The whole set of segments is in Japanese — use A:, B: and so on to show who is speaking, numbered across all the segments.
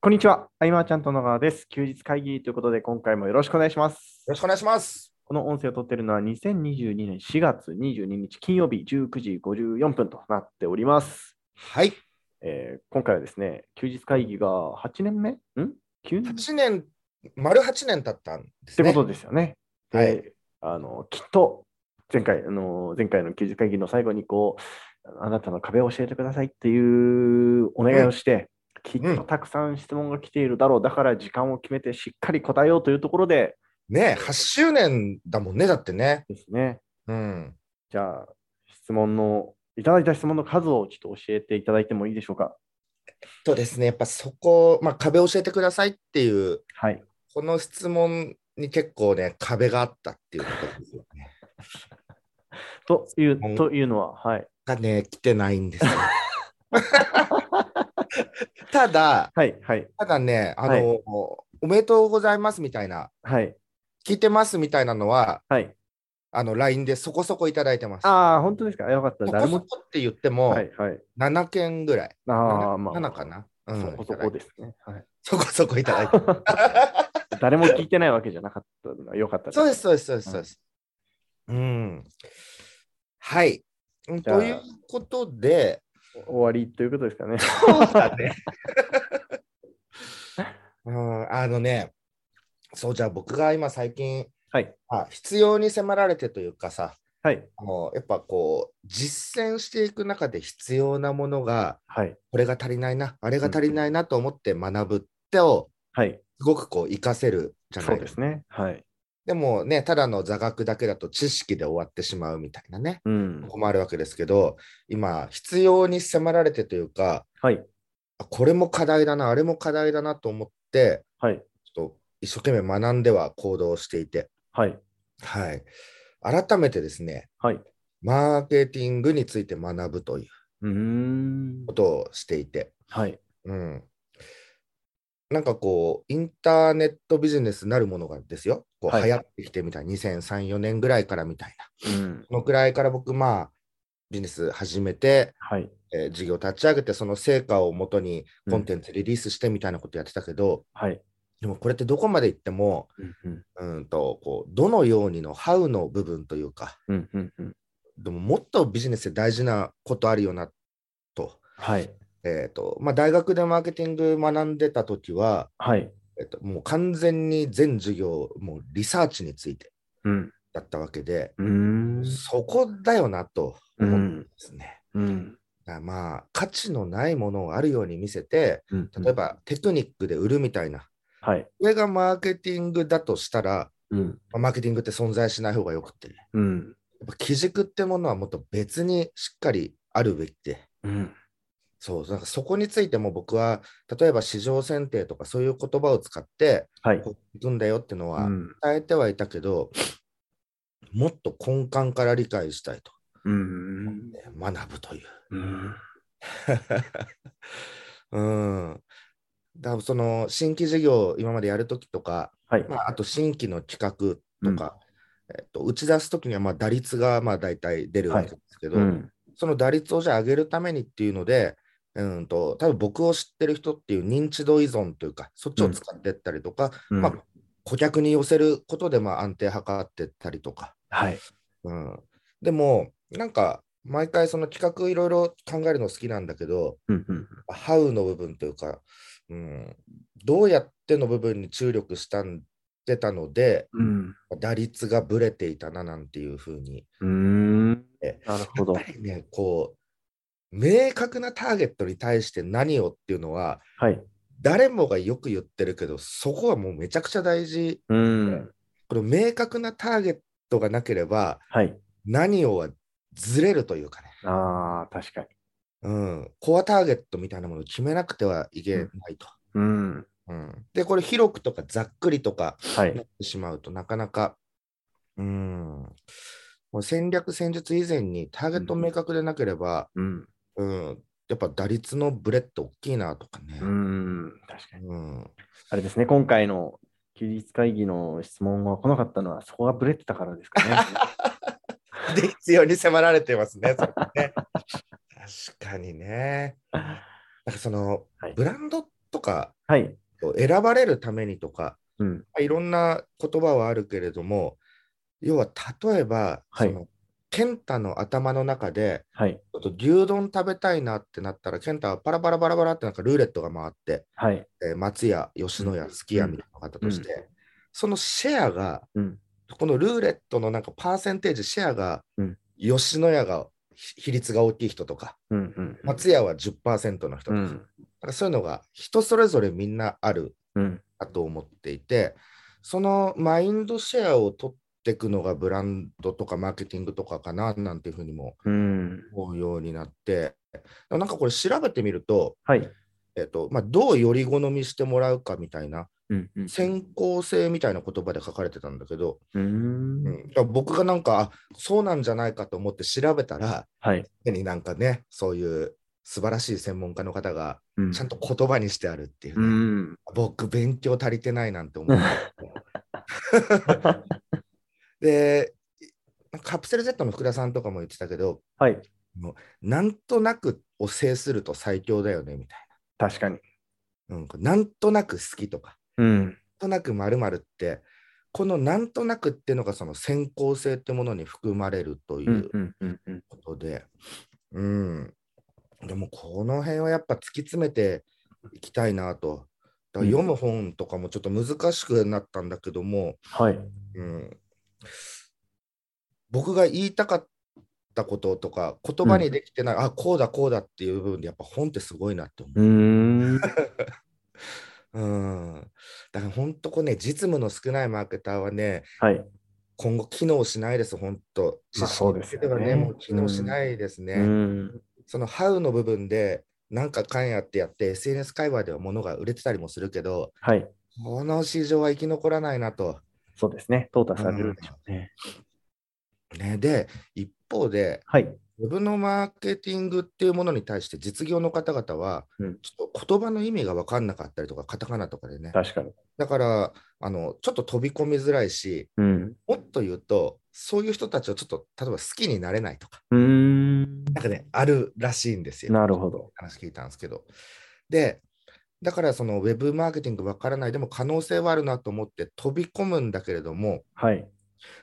A: こんにちは。アイマーちゃんと野川です。休日会議ということで、今回もよろしくお願いします。
B: よろしくお願いします。
A: この音声を撮っているのは2022年4月22日金曜日19時54分となっております。
B: はい。
A: えー今回はですね、休日会議が8年目ん ?9 年っ
B: 8年、丸8年経ったんです
A: て
B: ね。
A: ことですよね。で
B: はい
A: あのきっと前回あの前回の休日会議の最後にこう、あなたの壁を教えてくださいっていうお願いをして、きっとたくさん質問が来ているだろう、だから時間を決めてしっかり答えようというところで
B: ね8周年だもんね、だってね。
A: ですね、
B: うん。
A: じゃあ、質問の、いただいた質問の数をちょっと教えていただいてもいいでしょうか。
B: とですね、やっぱそこ、まあ、壁教えてくださいっていう、
A: はい。
B: この質問に結構ね、壁があったっていうことですよね。
A: というう、
B: ん
A: というのは、はい。
B: がね、来てない んですよ。ただ、
A: はい、はい、
B: ただね、あの、おめでとうございますみたいな、
A: はい、
B: 聞いてますみたいなのは、
A: はい。
B: あの、LINE でそこそこいただいてます。
A: ああ、本当ですか。よかった。
B: そ
A: 誰
B: こそ
A: も。
B: こって言っても、
A: はい、はい。
B: 7件ぐらい。
A: ああ、
B: 7,
A: まあ、
B: かな、うん
A: そこそこですね。はい、
B: そこそこいた だいて。
A: 誰も聞いてないわけじゃなかったのはよかった。
B: そうですす、そうです、そうです。そうですうん。はい。うん
A: じゃあ
B: ということで、
A: 終わりということですかね。
B: そうだね。 うん、あのね、そうじゃあ僕が今最近、
A: はい、
B: あ必要に迫られてというかさ、
A: はい、
B: もうやっぱこう、実践していく中で必要なものが、
A: はい、
B: これが足りないな、あれが足りないなと思って学ぶってを、
A: はい。
B: すごくこう、活かせるじゃな
A: そ
B: いう
A: ですね。はい。
B: でもね、ただの座学だけだと知識で終わってしまうみたいなね、
A: うん。
B: 困るわけですけど、今、必要に迫られてというか、
A: はい、
B: あこれも課題だな、あれも課題だなと思って、
A: はい、
B: ちょっと一生懸命学んでは行動していて、
A: はい、
B: はい。改めてですね、
A: はい。
B: マーケティングについて学ぶとい
A: う
B: う
A: ーん
B: こ。とをしていて、
A: はい、
B: うん。なんかこう、インターネットビジネスなるものがですよ、こう
A: はい
B: 流行ってきてみたい、2003、4年ぐらいからみたいな。
A: うん。
B: そのくらいから僕、まあ、ビジネス始めて、
A: はい。
B: えー事業立ち上げて、その成果をもとに
A: うん
B: コンテンツリリースしてみたいなことやってたけど、
A: はい。
B: でもこれってどこまで行っても、
A: うんうん
B: うんとこうどのようにの How の部分というか、
A: うんうんうん。
B: でももっとビジネスで大事なことあるよなと。
A: はい。
B: えーとまあ、大学でマーケティング学んでた時は、
A: はい。
B: えっともう完全に全授業、もうリサーチについて
A: うん。
B: だったわけで、
A: うーん。
B: そこだよなと
A: う
B: 思うん
A: ん。
B: ですね。
A: うん。
B: だからまあ価値のないものをあるように見せて
A: うん
B: 例え。ばテクニックで売るみたいな
A: はい。
B: これがマーケティングだとしたら
A: うん。
B: まあマーケティングって存在しない方がよくてや
A: うん。
B: っぱ基軸ってものはもっと別にしっかりあるべきで
A: うん。
B: そうなんかそこについても僕は例えば市場選定とかそういう言葉を使って
A: はい。
B: こういくんだよっての
A: う
B: は
A: ん。
B: 伝えてはいたけど、もっと根幹から理解したいと
A: うん。
B: 学ぶという。
A: うん。
B: うん。だからその新規事業を今までやるときとか、
A: はい。
B: まあ、あと新規の企画とか、えっと、打ち出すときにはまあ打率がまあ大体出るわけですけど、
A: うん。
B: その打率をじゃあ上げるためにっていうので、うんと多分僕を知ってる人っていう認知度依存というか、そっちを使ってったりとか、
A: うん
B: まあ、顧客に寄せることでまあ安定図ってったりとか、
A: はい。
B: うん、でもなんか毎回その企画いろいろ考えるの好きなんだけど、
A: うん。うん。
B: ハウの部分というか、うん、どうやっての部分に注力したんでたので、
A: うん。
B: 打率がぶれていたななんていうふうに、
A: うん。
B: え
A: なるほど
B: や。っぱりね、こう、明確なターゲットに対して何をっていうのは、
A: はい。
B: 誰もがよく言ってるけど、そこはもうめちゃくちゃ大事。
A: うん。
B: この明確なターゲットがなければ、
A: はい。
B: 何をはずれるというかね、
A: ああ、確かに。
B: うん、コアターゲットみたいなものを決めなくてはいけないと。
A: うん。
B: うん、で、これ広くとかざっくりとか、
A: は
B: なっ
A: い。
B: てしまうとなかなか、うーん、もう戦略戦術以前にターゲット明確でなければ、
A: うん。
B: うん、やっぱ打率のブレって大きいなとかね。
A: うん。確かに。
B: うん、
A: あれですね、今回の休日会議の質問が来なかったのは、そこがブレてたからですか ね。
B: で、必要に迫られてますね、それね確かにね。なんかその、
A: はい
B: ブランドっとか、
A: はい。
B: 選ばれるためにとか、
A: うん。
B: いろんな言葉はあるけれども、要は例えば、
A: はい
B: その健太の頭の中で、
A: はい。
B: ちょっと牛丼食べたいなってなったら、健太はパラパラパラパラってなんかルーレットが回って、
A: はい。
B: えー松屋、吉野家、すき家みたいなのがあったとして、そのシェアが、
A: うん。
B: このルーレットのなんかパーセンテージ、シェアが、
A: うん
B: 吉野家がひ比率が大きい人とか、
A: うん。うん。
B: 松屋は10%の人とか、
A: う
B: なん
A: ん。
B: かそういうのが人それぞれみんなある
A: うん。
B: だと思っていて、そのマインドシェアを取っていくのがブランドとかマーケティングとかかななんていうふうにも
A: うん。
B: 思うようになって、なんかこれ調べてみると、
A: はい。
B: えっとまあ、どうより好みしてもらうかみたいな、
A: うん。うん。
B: 先行性みたいな言葉で書かれてたんだけど、
A: う。
B: うんん、だから僕がなんか、あそうなんじゃないかと思って調べたら、
A: はい。
B: 手になんかね、そういう素晴らしい専門家の方が、
A: うん
B: ちゃんと言葉にしてあるってい
A: う
B: うね、
A: ん。
B: 僕、勉強足りてないなんて思って。で、カプセル Z の福田さんとかも言ってたけど、
A: はい。
B: なんとなくを制すると最強だよねみたい
A: 確かに。
B: な。うん、なんとなく好きとか、
A: うん。。
B: なんとなく〇〇って、このなんとなくっていうのがその先行性ってものに含まれるといううん
A: うん。うん。うん。
B: ことで、うん、でもこの辺はやっぱ突き詰めていきたいなと。だから読む本とかもちょっと難しくなったんだけども、
A: はい。
B: うん、僕が言いたかったこととか、言葉にできてない、あ、こうだこうだっていう部分で、やっぱ本ってすごいなって思う。
A: うん。
B: うん、だから本当こうね、実務の少ないマーケターはね、
A: はい。
B: 今後機能しないです、本当。
A: まあそうですよね
B: 知識だけではもう機能しないですね。
A: うん。
B: その How の部分で、なんかかんやってやって、SNS 界隈では物が売れてたりもするけど、
A: はい。
B: この市場は生き残らないなと。
A: そうですね。淘汰されるでしょうね。
B: ね、で、一方で、
A: はい。
B: ウェブのマーケティングっていうものに対して、実業の方々は
A: うん、
B: ちょっと言葉の意味が分かんなかったりとか、カタカナとかでね。
A: 確かに。
B: だからあの、ちょっと飛び込みづらいし、
A: うん。
B: もっと言うと、そういう人たちをちょっと、例えば好きになれないとか、
A: うん。
B: なんかね、あるらしいんですよ。
A: なるほど。
B: 話聞いたんですけど。で、だからそのウェブマーケティングわからないでも可能性はあるなと思って飛び込むんだけれども、
A: はい。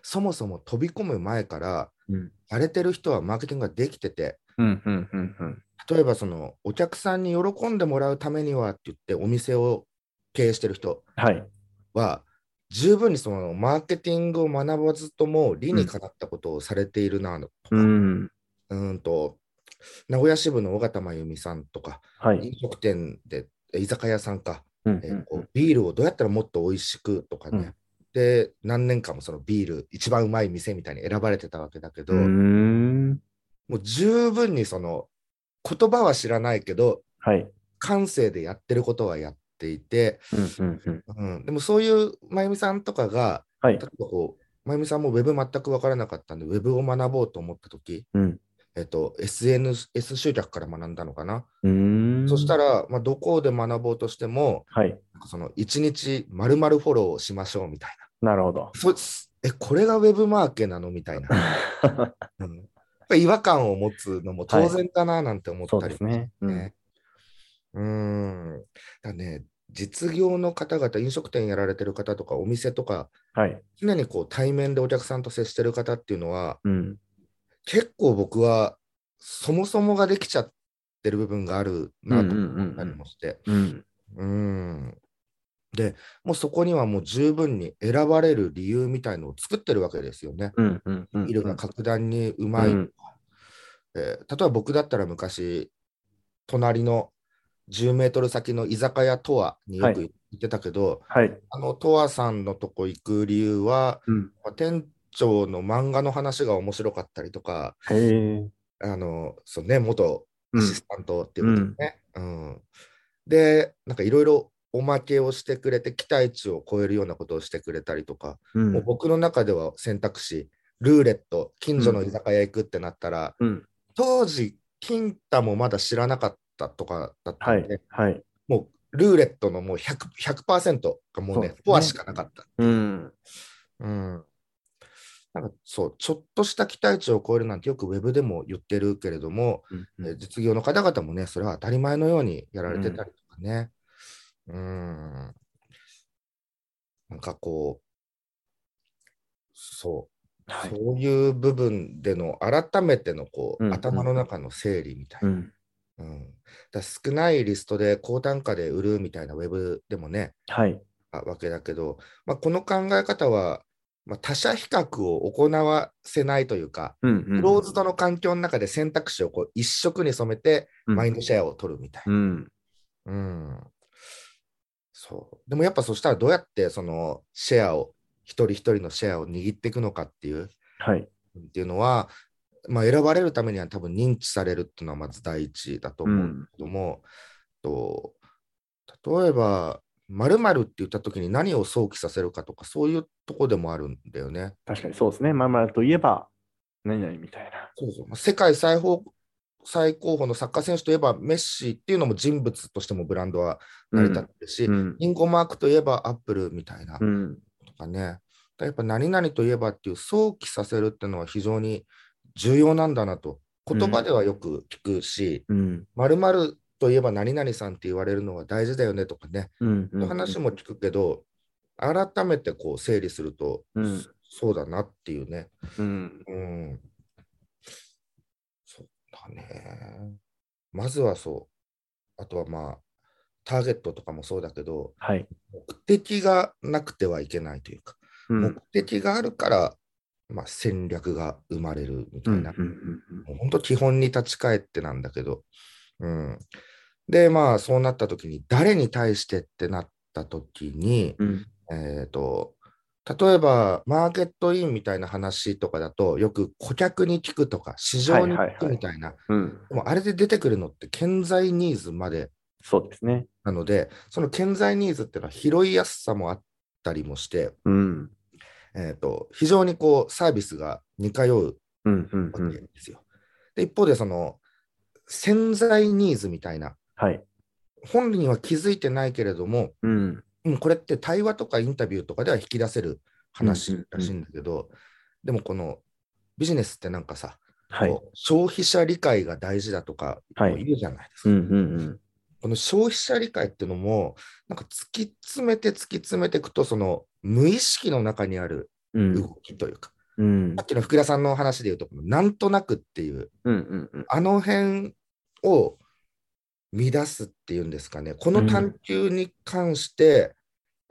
B: そもそも飛び込む前から、
A: うん。
B: やれてる人はマーケティングができてて、
A: うん。うん。うん。うん。
B: 例えばそのお客さんに喜んでもらうためにはって言ってお店を経営してる人
A: はい。
B: は、十分にそのマーケティングを学ばずとも理にかなったことをされているなとか、
A: うん。
B: うーんと名古屋支部の尾形真由美さんとか、
A: はい。
B: 飲食店で、え居酒屋さんか、
A: うん
B: えーこうビールをどうやったらもっと美味しくとかね、
A: うん
B: で、何年間もそのビール、一番うまい店みたいに選ばれてたわけだけど、
A: うん。
B: もう十分にその、言葉は知らないけど、
A: はい。
B: 感性でやってることはやっていて、
A: うん。うん。うん。
B: うん、でもそういう真由美さんとかが、
A: はい
B: 例え。ばこう、真由美さんもウェブ全く分からなかったんで、ウェブを学ぼうと思ったとき、
A: うん。
B: えっと、SNS 集客から学んだのかな。
A: うん。
B: そした。ら、まあ、どこで学ぼうとしても、
A: はい。
B: なんかその1日まるまるフォローしましょうみたい
A: なるほど。
B: な。そえ、これがウェブマーケなのみたいな。うんやっぱり違和感を持つのも当然だななんて思っ
A: そう
B: た
A: で
B: り
A: すね。うん。
B: ね。うーん。だね、実業の方々、飲食店やられてる方とか、お店とか、
A: はい。
B: 常にこう対面でお客さんと接してる方っていうのは、
A: うん。
B: 結構僕はそもそもができちゃってる部分があるなと思ったりもして。
A: うん。
B: うーん。で、もうそこにはもう十分に選ばれる理由みたいのを作ってるわけですよね。
A: うん。うん。うん。
B: 色が格段にうまい、
A: うん
B: えー例えば僕だったら昔、隣の10メートル先の居酒屋とはによく
A: は
B: 行ってたけど、
A: はい。
B: あのとわさんのとこ行く理由は、
A: うん。
B: 店長の漫画の話が面白かったりとか、
A: へえ。
B: あの、そうね、元
A: う
B: ア
A: ん。
B: シスタントっていうことですね。うんで、なんかいろいろおまけをしてくれて、期待値を超えるようなことをしてくれたりとか、
A: うん
B: もう。僕の中では選択肢、ルーレット、近所の居酒屋行くってなったら、
A: うん。
B: 当時、金太もまだ知らなかったとかだった
A: は
B: んで、
A: い。はい。
B: もうルーレットのもう 100%, 100%がもう
A: そうですね、
B: ねフォアしかなかった。
A: うん。
B: うんなんかそうちょっとした期待値を超えるなんてよくウェブでも言ってるけれども、えー実業の方々もね、それは当たり前のようにやられてたりとかね。うん。なんかこう、そう、
A: はい。
B: そういう部分での改めてのこう、
A: うん
B: 頭の中の整理みたいうな。
A: ん。
B: うん、だから少ないリストで高単価で売るみたいなウェブでもね、
A: はい。
B: あわけだけど、まあ、この考え方は、まあ、他者比較を行わせないというか、
A: うん、うん。
B: クローズドの環境の中で選択肢をこう一色に染めて、
A: うん
B: マインドシェアを取るみたいな。
A: うん。
B: うん。そう。でもやっぱそしたらどうやってそのシェアを、一人一人のシェアを握っていくのかっていう、
A: はい。
B: っていうのは、まあ、選ばれるためには多分認知されるっていうのはまず第一だと
A: う
B: 思うん
A: ん。
B: けども、と例えば、〇〇って言った時に何を想起させるかとか、そういうとこでもあるんだよね。
A: 確かにそうですね。まんまるといえば、何々みたいな。
B: そうそうまあ世界最高最高峰のサッカー選手といえばメッシっていうのも人物としてもブランドは成り立ってるし、
A: うん。
B: リンゴマークといえばアップルみたいな
A: う
B: と
A: ん。
B: かね、だからやっぱ何々といえばっていう想起させるっていうのは非常に重要なんだなと言葉ではよく聞くし、
A: うん。
B: 〇〇といえば何々さんって言われるのは大事だよねとかね、
A: うん。うん
B: 話も聞くけど改めてこう整理すると、
A: うん
B: そうだなっていうね、
A: うん。
B: うん。そうだね。まずはそう。あとはまあ、ターゲットとかもそうだけど、
A: はい。
B: 目的がなくてはいけないというか、
A: うん。
B: 目的があるから、まあ、戦略が生まれるみた
A: う
B: い
A: ん。
B: な、
A: うん
B: もう本当基本に立ち返ってなんだけど、うん。で、まあ、そうなった時に、誰に対してってなった時に、
A: うん。
B: えー、と例えばマーケットインみたいな話とかだとよく顧客に聞くとか市場に聞くみたいな、
A: うん。
B: でもあれで出てくるのって潜在ニーズまで
A: そうですね。
B: なのでその潜在ニーズっていうのは拾いやすさもあったりもして、
A: うん。
B: えー、と非常にこうサービスが似通う
A: うん。うん。う
B: わけ
A: ん。
B: ですよ。で一方でその潜在ニーズみたいな
A: はい。
B: 本人は気づいてないけれども
A: うん。
B: うんこれって対話とかインタビューとかでは引き出せる話らしいんだけど、でもこのビジネスってなんかさ、
A: はい。
B: こう消費者理解が大事だとか
A: はい
B: こう言うじゃないです
A: う
B: か、
A: ん。うん。
B: この消費者理解っていうのもなんか突き詰めて突き詰めていくとその無意識の中にある
A: うん。うん。
B: 動きというか、
A: うん
B: さっ。きの福田さんの話で言うとこのなんとなくっていう
A: うん。うん。うん。
B: あの辺を乱すっていうんですかね、この探求に関して、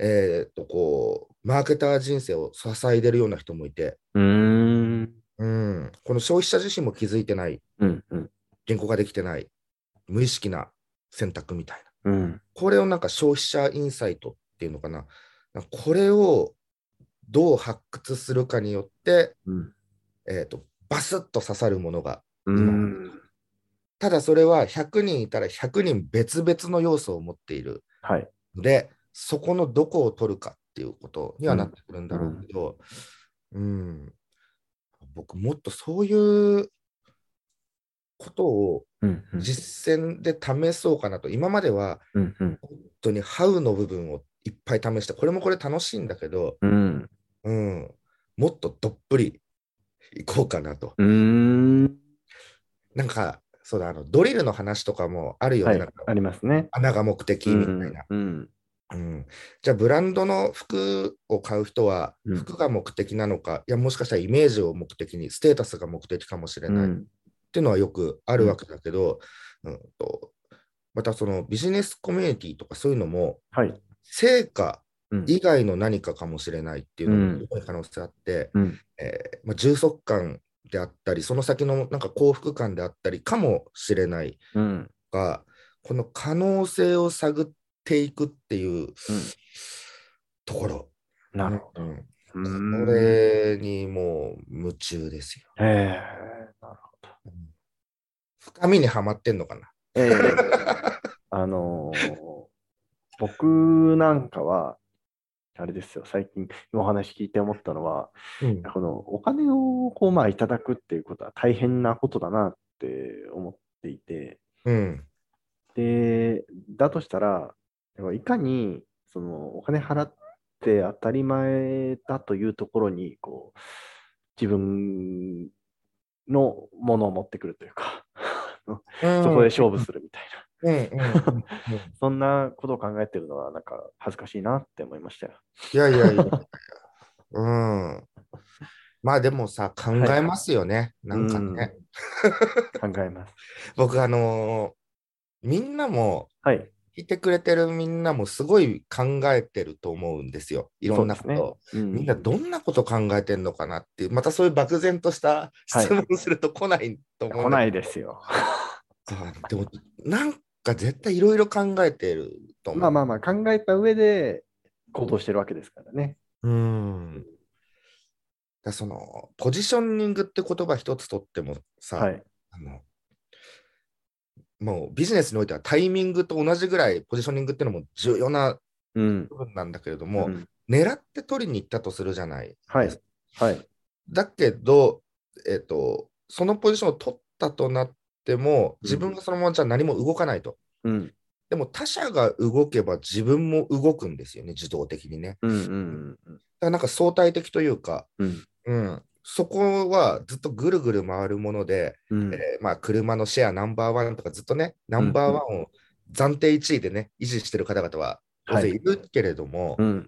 B: えーっとこうマーケター人生を支えてるような人もいて、
A: うーん。
B: うん、この消費者自身も気づいてない、
A: うん。うん。
B: 言語化できてない、無意識な選択みたいな、
A: うん。
B: これをなんか消費者インサイトっていうのかな、なんかこれをどう発掘するかによって、
A: うん。
B: えーっとバスッと刺さるものが
A: うん。
B: ただそれは100人いたら100人別々の要素を持っている
A: はい。
B: ので、そこのどこを取るかっていうことにはなってくるんだろうけど、うん、僕もっとそういうことを
A: うん。うん。
B: 実践で試そうかなと、今までは
A: うん。うん。
B: 本当にハウの部分をいっぱい試して、これもこれ楽しいんだけど、
A: うん。
B: うん、もっとどっぷりいこうかなと。
A: うーん。
B: なんか、そうだ、あのドリルの話とかもあるよね、
A: はい
B: なんか。
A: ありますね。
B: 穴が目的みたいな。
A: うん。
B: うんじゃあ、ブランドの服を買う人は、
A: うん
B: 服が目的なのか、いや、もしかしたらイメージを目的に、ステータスが目的かもしれ
A: う
B: ないっ
A: ん。
B: ていうのはよくあるわけだけど、うんとまたそのビジネスコミュニティとかそういうのも、
A: はい。
B: 成果
A: うん
B: 以外の何かかもしれないっていうの
A: うん
B: もすごい可能性あって、
A: うん。
B: えーまあ、充足感であったり、その先のなんか幸福感であったりかもしれない
A: うん。
B: が、この可能性を探っていくっていうところ、
A: なるほ
B: うんこ
A: ど。うん
B: れにもう夢中ですよ。
A: ええなるほど。
B: 深みにはまってんのかな。
A: ええあのー僕なんかは、あれですよ、最近今お話聞いて思ったのは、
B: うん
A: このお金をこうまあいただくっていうことは大変なことだなって思っていて、
B: うん
A: で、だとしたら、いかにそのお金払って当たり前だというところに、こう、自分のものを持ってくるというか、そこで勝負するみたいな。
B: うんうんうんうん
A: そんなことを考えてるのは、なんか恥ずかしいなって思いましたよ。
B: いやいやいや。うん。まあでもさ、考えますよね。なんかね。
A: 考えます。
B: 僕、あのーみんなも、
A: はい。
B: 聞いてくれてるみんなもすごい考えてると思うんですよ。いろんなこと
A: そ
B: を。
A: うですね。
B: みんなどんなこと考えてんのかなっていう、またそういう漠然とした質問すると来ないと思う、。
A: 来ないいですよ。
B: でも、なんか絶対いろいろ考えてると思う。
A: まあまあまあ、考えた上で行動してるわけですからね。
B: うん。だそのポジショニングって言葉一つとってもさ、
A: はい。
B: あのもうビジネスにおいてはタイミングと同じぐらいポジショニングってのも重要な
A: うん。
B: 部分なんだけれども、
A: うん
B: 狙って取りに行ったとするじゃない。
A: はい。はい。
B: だけど、えっとそのポジションを取ったとなっても自分がそのままじゃ何も動かないと。
A: うん。
B: でも他者が動けば自分も動くんですよね自動的にね。
A: うん。うん。うん
B: だからなんか相対的というか、
A: うん。
B: うん、そこはずっとぐるぐる回るもので、
A: うん
B: えーまあ、車のシェアナンバーワンとかずっとね、ナンバーワンを暫定1位でね、維持してる方々は大
A: は
B: 勢
A: い
B: い。るけれども、
A: うん。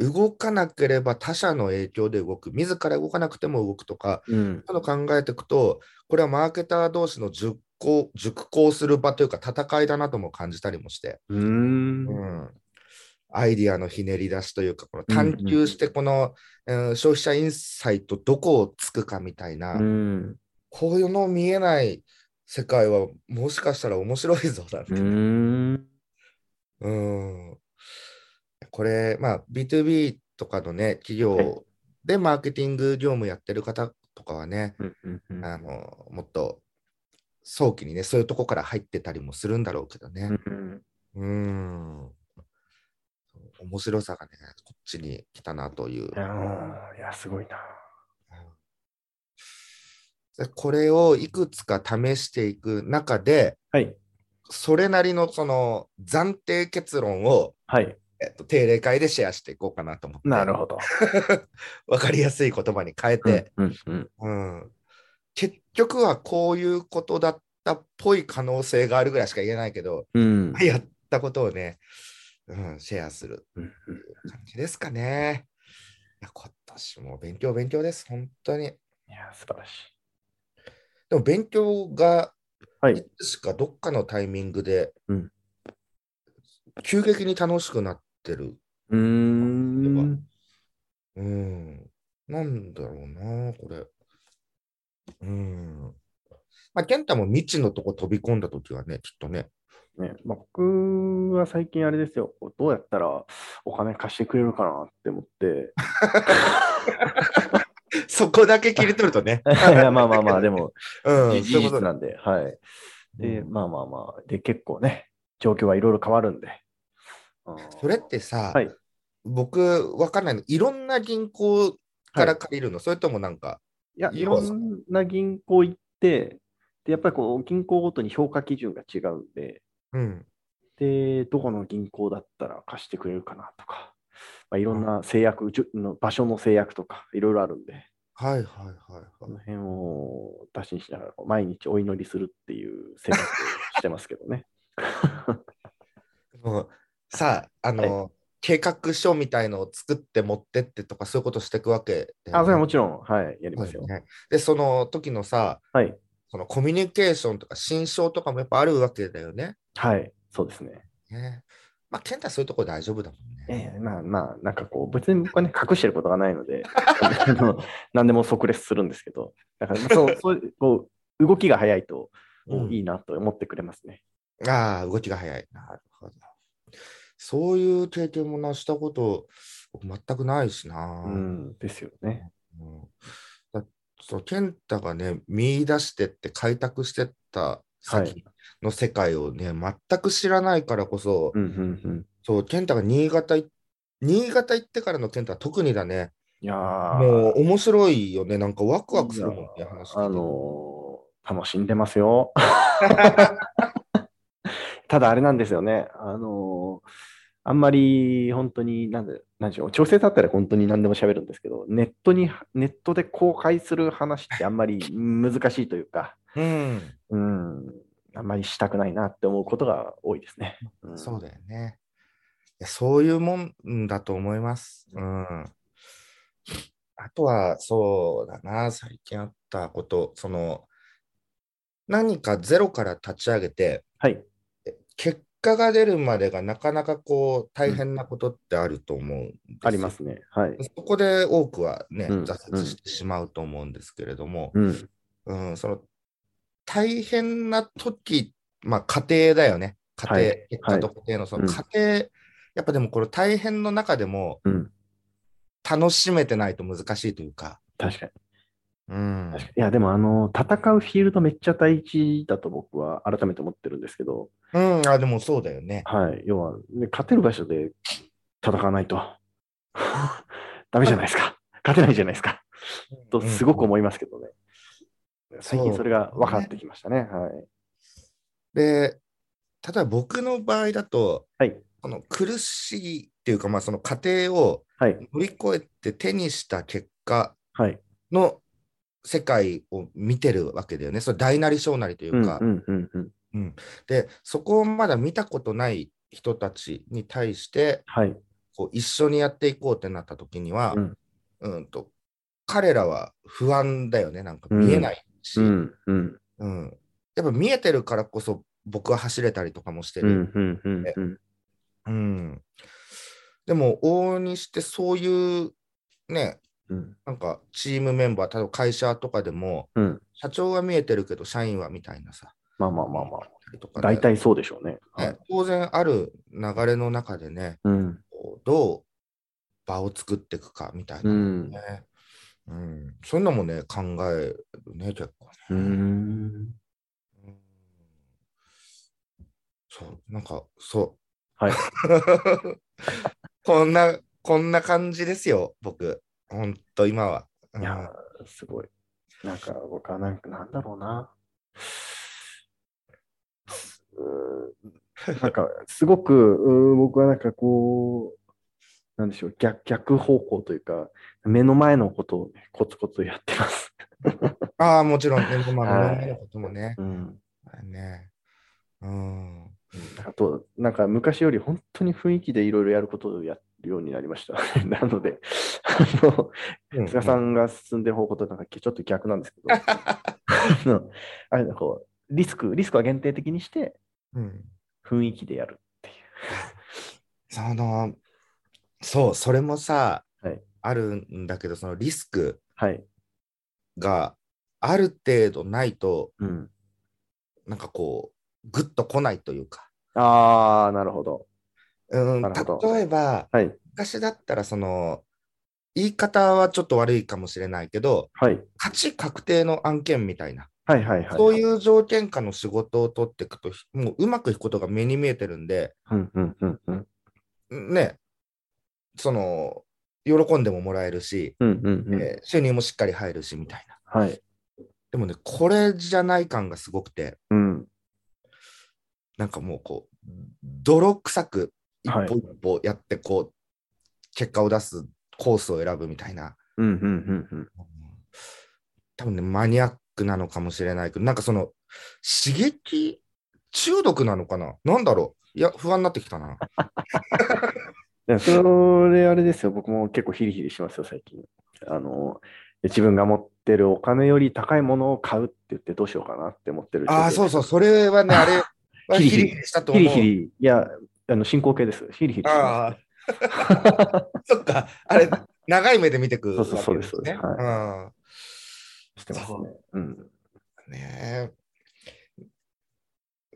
B: 動かなければ他者の影響で動く、自ら動かなくても動くとか、
A: うん。
B: そういうのを考えていくと、これはマーケター同士の熟考熟考する場というか、戦いだなとも感じたりもして。
A: うーん。
B: うんアイディアのひねり出しというか、この探求して、この、うん消費者インサイト、どこをつくかみたいな、
A: うん。
B: こういうの見えない世界は、もしかしたら面白いぞだっ
A: う
B: て。
A: ーん。
B: うんこれ、まあ、B2B とかのね、企業でマーケティング業務やってる方とかはね、
A: うんうんうん
B: あのもっと早期にね、そういうとこから入ってたりもするんだろうけどね。
A: うん
B: うーん。面白さがね、こっちに来たなという
A: い。やーいや、すごいな。
B: でこれをいくつか試していく中で、
A: はい。
B: それなりのその暫定結論を、
A: はい。
B: えっと、定例会でシェアしていこうかなと思って、
A: なるほど。
B: わかりやすい言葉に変えて、
A: うんうん
B: うん結局はこういうことだったっぽい可能性があるぐらいしか言えないけど、
A: うん。
B: やったことをね、うん、シェアする
A: うん
B: 感じですかね。いや今年も勉強勉強です、本当に。
A: いや、素晴らし
B: でも勉強が、
A: はい
B: つしかどっかのタイミングで、
A: うん
B: 急激に楽しくなってる。
A: い。うーん。
B: うん。なんだろうな、これ。うん。まあ、健太も未知のとこ飛び込んだときはね、きっとね。
A: ねまあ、僕は最近あれですよ、どうやったらお金貸してくれるかなって思って、
B: そこだけ切り取ると ね。
A: いやまあまあまあ、で も、
B: うん、
A: 事
B: そういう
A: 実
B: ことだ。
A: なんで、はい。で、
B: うん
A: まあまあまあ、で、結構ね、状況はいろいろ変わるんで。うん
B: それってさ、
A: はい
B: 僕、わかんないの。いろんな銀行か
A: は
B: ら
A: い
B: 借りるの、それともなんか、
A: いや、い
B: 要
A: ろ
B: は
A: んな銀行行って、で、やっぱりこう、銀行ごとに評価基準が違うんで、
B: うん。
A: で、どこの銀行だったら貸してくれるかなとか、まあ、いろんな制約、うちの場所の制約とか、いろいろあるんで、
B: はいはいはい
A: こ
B: はい
A: の。辺を打診しながら、毎日お祈りするっていう生活をしてますけどね。
B: もうさあ、あの、計画書みたいのを作って持ってってとか、そういうことしていくわけ で、
A: あ、それはも
B: ち
A: ちろん、はい、やりますよ。
B: ね。で、その時のさ、
A: はい、
B: そのコミュニケーションとか、心象とかもやっぱあるわけだよね。
A: はい、そうですね。
B: ねまあ、健太はそういうとこ大丈夫だもん
A: え
B: ね。
A: えまあまあ、なんかこう、別に僕はね、隠してることがないの で、あの何でも即レスするんですけど、だ から、そう、そうこう動きが早いと、こう
B: うん
A: いいなと思ってくれますね。
B: ああ、動きが早い。なるほど。そういう経験もなしたこと、僕全くないしな。
A: うん、ですよね。
B: うんだそう健太がね見出してって開拓してった
A: はい
B: 先の世界をね、全く知らないからこそ、
A: うん、うん、うん。
B: そう健太が新潟い新潟行ってからの健太は特にだね
A: いやー
B: もう面白いよねなんかワクワクするもんね話聞いて
A: あのー楽しんでますよ。ただあれなんですよね。あのーあんまり本当に、なんで、なんでしょう、調整だったら本当に何でも喋るんですけど、ネットに、ネットで公開する話ってあんまり難しいというか、
B: うん
A: うん、あんまりしたくないなって思うことが多いですね。うん
B: そうだよね。いやそういうもんだと思います。うん。あとは、そうだな、最近あったこと、その、何かゼロから立ち上げて、
A: はい。
B: 結果が出るまでがなかなかこう、大変なことってあると思うんですよ
A: ありますね。はい。
B: そこで多くはね、
A: うん
B: 挫折してしまうと思うんですけれども、
A: うん。
B: うん、その大変な時、まあ家庭だよね。家庭、
A: はい
B: 結果と家庭のその
A: うん
B: 家庭、やっぱでもこの大変の中でも
A: うん。
B: 楽しめてないと難しいというか。
A: 確かに。
B: うん
A: 確かにいや、でも、あの、戦うフィールドめっちゃ大事だと僕は改めて思ってるんですけど、
B: うん、あ、でもそうだよね。
A: はい。要は、ね、勝てる場所で戦わ ないと、ダメじゃないですか。勝てないじゃないですか。と、すごく
B: うん
A: 思いますけどね。最近それが分かってきましたね。はい。
B: で、例えば僕の場合だと、
A: はい。
B: この苦しいっていうか、まあその家庭を
A: はい。
B: 乗り越えて手にした結果
A: はい。。
B: の世界を見てるわけだよね。それ大なり小なりといううんか。
A: うん。うん。うん。
B: で、そこをまだ見たことない人たちに対して、
A: はい。
B: こう一緒にやっていこうってなった時には、
A: う
B: うんん、と彼らは不安だよね、なんか
A: うん
B: 見えないし、
A: う
B: うん
A: ん。うん。
B: やっぱ見えてるからこそ僕は走れたりとかもして
A: う
B: る。
A: ん。うん。うん。うん。
B: うんでも、往々にしてそういうね、
A: うん。
B: なんかチームメンバー、例えば会社とかでも、
A: うん
B: 社長は見えてるけど、社員はみたいなさ、
A: まあまあまあまあ。
B: とかね
A: 大体そうでしょうね。は
B: ね
A: い。
B: 当然ある流れの中でね、
A: うん。
B: こうどう場を作っていくかみたいうなね、
A: ん。
B: うん、そんなもね考えるね結構
A: うー
B: ね、
A: ん。
B: うんそうなんかそう
A: はい。
B: こんなこんな感じですよ僕ほんと今は、うん
A: いやー、すごい。なんか、僕はなんか、なんだろう な。うーんなんか、すごく、うー僕はなんかこう、なんでしょう、逆、逆方向というか、目の前のことをねコツコツやってます。
B: ああもちろんね今
A: はい
B: の目のこともね,、
A: うん。
B: ねうん
A: あと、なんか昔より本当に雰囲気でいろいろやることをやるようになりました。 なので、あの、菅さ
B: うん
A: が進んでる方向となんかちょっと逆なんですけど、あ のあれだこうリスク、リスクは限定的にして、
B: うん、
A: 雰囲気でやるってい
B: そのそうそれもさ、
A: はい
B: あるんだけどそのリスク
A: う。はい。
B: がある程度ないと
A: うん、
B: なんかこうグッと来ないというか、
A: ああ、なるほど。
B: うん、
A: なるほど
B: 例えば
A: はい。
B: 昔だったらその言い方はちょっと悪いかもしれないけど
A: はい。
B: 価値確定の案件みたいな、
A: はいはいはい。
B: そう
A: う。
B: いう条件下の仕事を取っていくとひもううまくいくことが目に見えてるんで
A: うんうんうんうん。
B: ねその喜んでももらえるし、
A: うんうんうん。
B: えー収入もしっかり入るしみたいな
A: はい。
B: でもねこれじゃない感がすごくて
A: うん。
B: なんかもうこう、泥臭く一
A: はい
B: 歩一歩やって、こう、結果を出すコースを選ぶみたいな、
A: うんうんうんうん。
B: 多分ね、マニアックなのかもしれないけど、なんかその、刺激中毒なのかななんだろういや、不安になってきたな。
A: いやそれあれですよ。僕も結構ヒリヒリしますよ、最近。あの、自分が持ってるお金より高いものを買うって言ってどうしようかなって思ってる人で
B: ああ、そうそう、それはね、あれは ヒリヒリしたと
A: ヒ
B: 思う。
A: リヒリ、いや、あの進行形です。ヒリヒリします。
B: あ あ、そっか、あれ、長い目で見てく
A: そうそう
B: わけ
A: そうですそうですはい
B: うん
A: してますね。うん。
B: ねえ。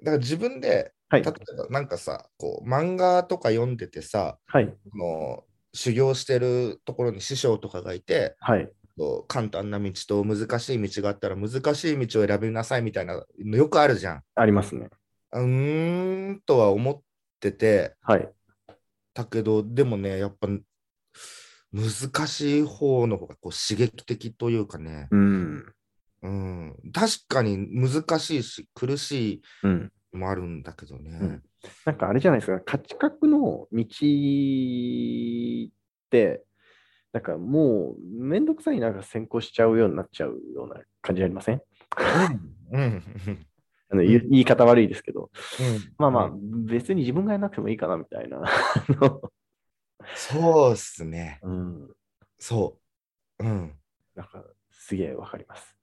B: だから自分で、
A: はい
B: 例え。ばなんかさ、こう漫画とか読んでてさ、
A: はい。
B: あの修行してるところに師匠とかがいて、
A: はい。
B: こう簡単な道と難しい道があったら難しい道を選びなさいみたいなのよくあるじゃん。
A: ありますね。
B: うーんとは思ってて、
A: はい。
B: だけど、でもね、やっぱ難しい方の方がこう刺激的というかね、
A: うん。
B: うん、確かに難しいし苦しい
A: うん。
B: もあるんだけどね。
A: うんなんかあれじゃないですか。価値観の道って、なんかもうめんどくさいなんか先行しちゃうようになっちゃうような感じありません
B: うん。
A: あの言い言い方悪いですけど、
B: うん
A: まあまあ
B: う、
A: 別に自分がやらなくてもいいかなみたいな。あの
B: そうっすね。
A: うん、
B: そう。うん。
A: なんか、すげえわかります。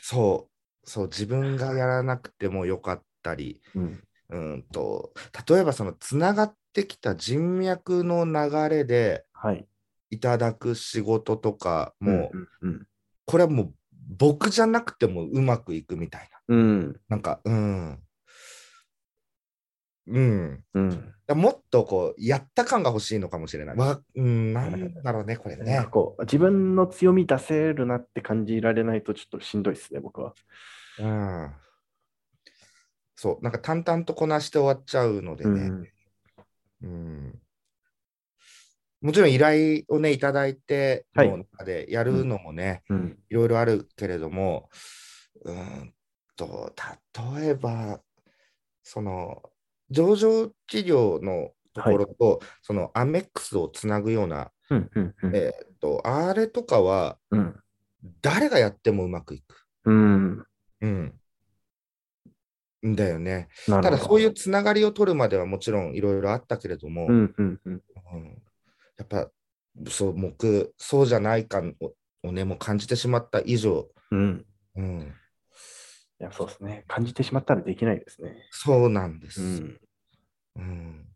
B: そう。そう。自分がやらなくてもよかったり、
A: うん、
B: うんと、例えばそのつながってきた人脈の流れで
A: はい。
B: いただく仕事とかも、
A: うん、うん
B: これはもう僕じゃなくてもうまくいくみたいな。
A: うん、
B: なんか、うん。うん。
A: うん。
B: だもっとこう、やった感が欲しいのかもしれない。わうん、なんだろうね、これ
A: なん
B: ね
A: か。こう自分の強み出せるなって感じられないとちょっとしんどいですね、僕は。
B: うん。そう、なんか淡々とこなして終わっちゃうので
A: うん
B: ね。うん。もちろん依頼をね、いただいて、
A: はい
B: の中でやるのもね、
A: うん
B: いろいろあるけれども、うーんと、例えば、その、上場治療のところと、そのアメックスをつなぐような、
A: うんうんうん
B: えーっと、あれとかは、
A: うん
B: 誰がやってもうまくいく。
A: うん
B: うん。だよね。
A: なるほど
B: ただそういうつながりを取るまではもちろんいろいろあったけれども、
A: うんうんうん
B: うんやっぱそう僕そうじゃない感ををねもう感じてしまった以上、
A: うん
B: うん、
A: いやそうですね感じてしまったらできないですね。
B: そうなんです、
A: うん
B: うん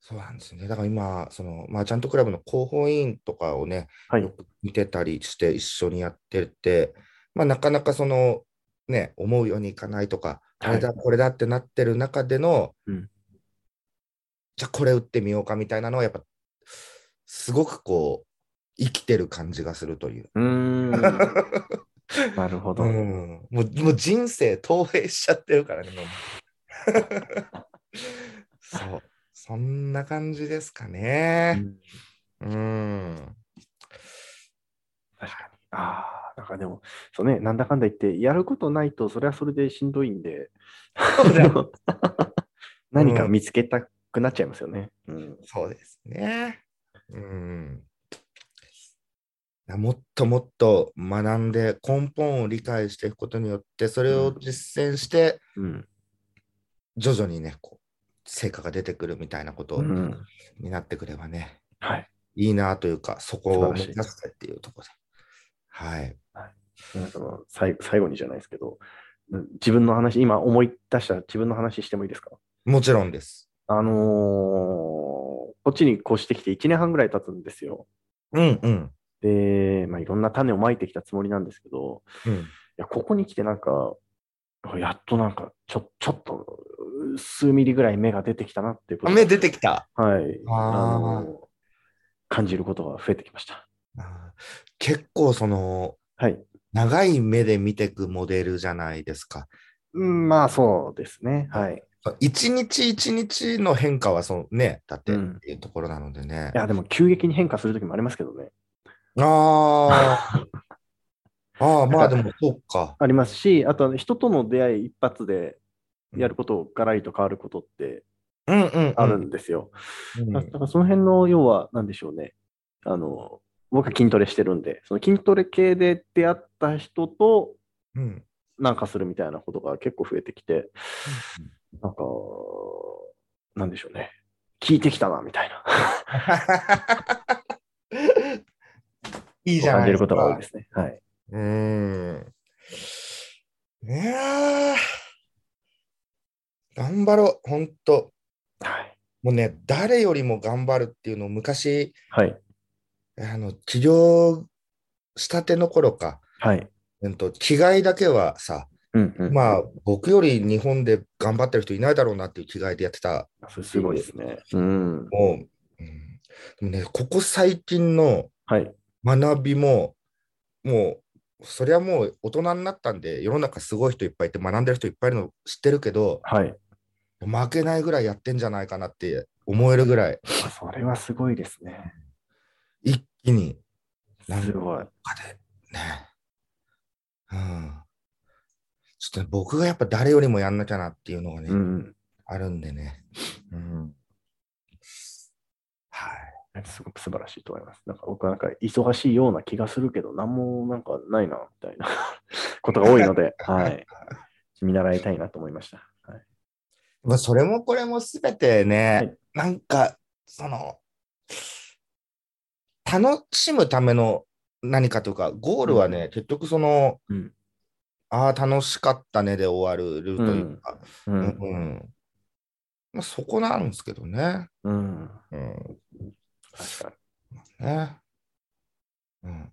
B: そうなんですねだから今そのマーチャントクラブの広報委員とかをね
A: はい
B: よく見てたりして一緒にやってて、まあ、なかなかそのね思うようにいかないとか、
A: はい
B: あれだこれだってなってる中での、
A: うん
B: じゃあこれ打ってみようかみたいなのはやっぱすごくこう生きてる感じがするという。
A: うーんなるほど。
B: うんもうもう人生投影しちゃってるからね。もう そうそんな感じですかね。うん、
A: 確かに。ああ、なんかでも、そうね、なんだかんだ言って、やることないと、それはそれでしんどいん で、
B: そうだ
A: 何か見つけたくなっちゃいますよね。うん。
B: そうですね。うん。もっともっと学んで根本を理解していくことによってそれを実践して
A: うん。
B: 徐々にねこう成果が出てくるみたいなこと
A: うん
B: になってくればね、
A: はい。
B: いいなというかそこを目
A: 素晴
B: 指
A: ら
B: すっていうところではい
A: その最最後にじゃないですけど、うん自分の話、今思い出した自分の話してもいいですか
B: もちろんです
A: あのーこっちに越してきて1年半ぐらい経つんですよ。
B: うんうん
A: で、まあ、いろんな種をまいてきたつもりなんですけど、
B: うん
A: いやここに来てなんか、やっとなんかちょ、ちょっと数ミリぐらい芽が出てきたなっていうこと
B: 目出てきた
A: はい、
B: あー
A: の感じることが増えてきました。
B: あー結構その
A: はい。
B: 長い目で見ていくモデルじゃないですか
A: うんまあそうですね。はい。
B: 一日一日の変化はそのね、だってっ
A: うん
B: ていうところなのでね
A: い。や、でも急激に変化するときもありますけどね。
B: あ あ。ああ、まあでも、そうか。
A: ありますし、あとあの人との出会い一発でやることがらりと変わることって
B: うんうん。
A: あるんですよ。
B: うん
A: だだからその辺の要は何でしょうね。あの僕は筋トレしてるんで、その筋トレ系で出会った人と
B: うん。
A: なんかするみたいなことが結構増えてきて、なんか、なんでしょうね。聞いてきたなみたいな
B: いいじゃ
A: 感
B: ない
A: じる
B: です
A: ことが多い
B: か
A: で。すね。はい。
B: うーん。いやー頑張ろう、ほんと。
A: はい。
B: もうね、誰よりも頑張るっていうのを昔、
A: はい。
B: あの、治療したての頃か、
A: はい。
B: うんと、着替えだけはさ、
A: うん、うん。
B: まあ、僕より日本で頑張ってる人いないだろうなっていう気概でやってた。
A: あ、それすごいですね。うん。
B: もう、うん、でもね、ここ最近の
A: はい。
B: 学びも、もう、そりゃもう大人になったんで、世の中すごい人いっぱいいて、学んでる人いっぱいいるの知ってるけど、
A: はい。
B: 負けないぐらいやってんじゃないかなって思えるぐらい、
A: あそれはすごいですね。
B: 一気に、なん
A: すごい。
B: かで、ね。うん。ちょっとね、僕がやっぱ誰よりもやんなきゃなっていうのがね、
A: うん。
B: あるんでね。うん。はい。
A: いすごく素晴らしいと思います。なんか僕はなんか忙しいような気がするけど、なんもなんかないな、みたいな ことが多いので、はい。見習いたいなと思いました。はい、
B: まあ、それもこれもすべてね、
A: はい
B: なんか、その、楽しむための何かとか、ゴールはね、結局その、
A: うん
B: ああ、楽しかったねで終わるルートというか、
A: う
B: うん
A: ん。
B: うんまあ、そこなんですけどね。
A: うん。
B: うん、
A: 確かに。
B: ねうん、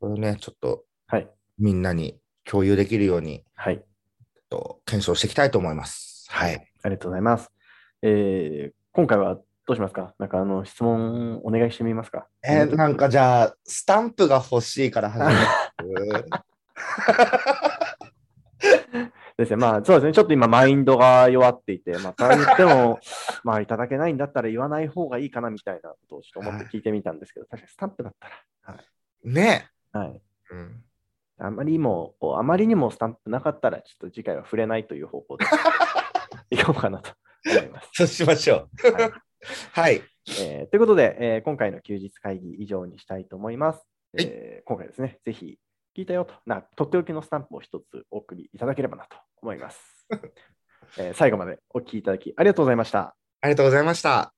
B: これをね、ちょっと、
A: はい
B: みんなに共有できるように、
A: はい。
B: えっと検証していきたいと思います。はい。
A: ありがとうございます。えー今回はどうしますかなんかあの質問お願いしてみますか
B: えーなんかじゃあ、スタンプが欲しいから始める。
A: ですね。まあ、そうですね。ちょっと今、マインドが弱っていて、まあ、そう言って も、まあ、いただけないんだったら言わない方がいいかなみたいなことをちょっと思って聞いてみたんですけど、確かにスタンプだった
B: ね、
A: ら、はい。
B: うん。
A: あまりにも、こうあまりにもスタンプなかったら、ちょっと次回は触れないという方 向でいこうかなと思います。
B: そうしましょ。
A: はいう
B: はい。
A: えーということで、えー今回の休日会議以上にしたいと思います。
B: はい
A: えー今回ですね、ぜひ聞いたよとな、とっておきのスタンプを一つお送りいただければなと 思います。えー最後までお聞きいただきありがとうございました。
B: ありがとうございました。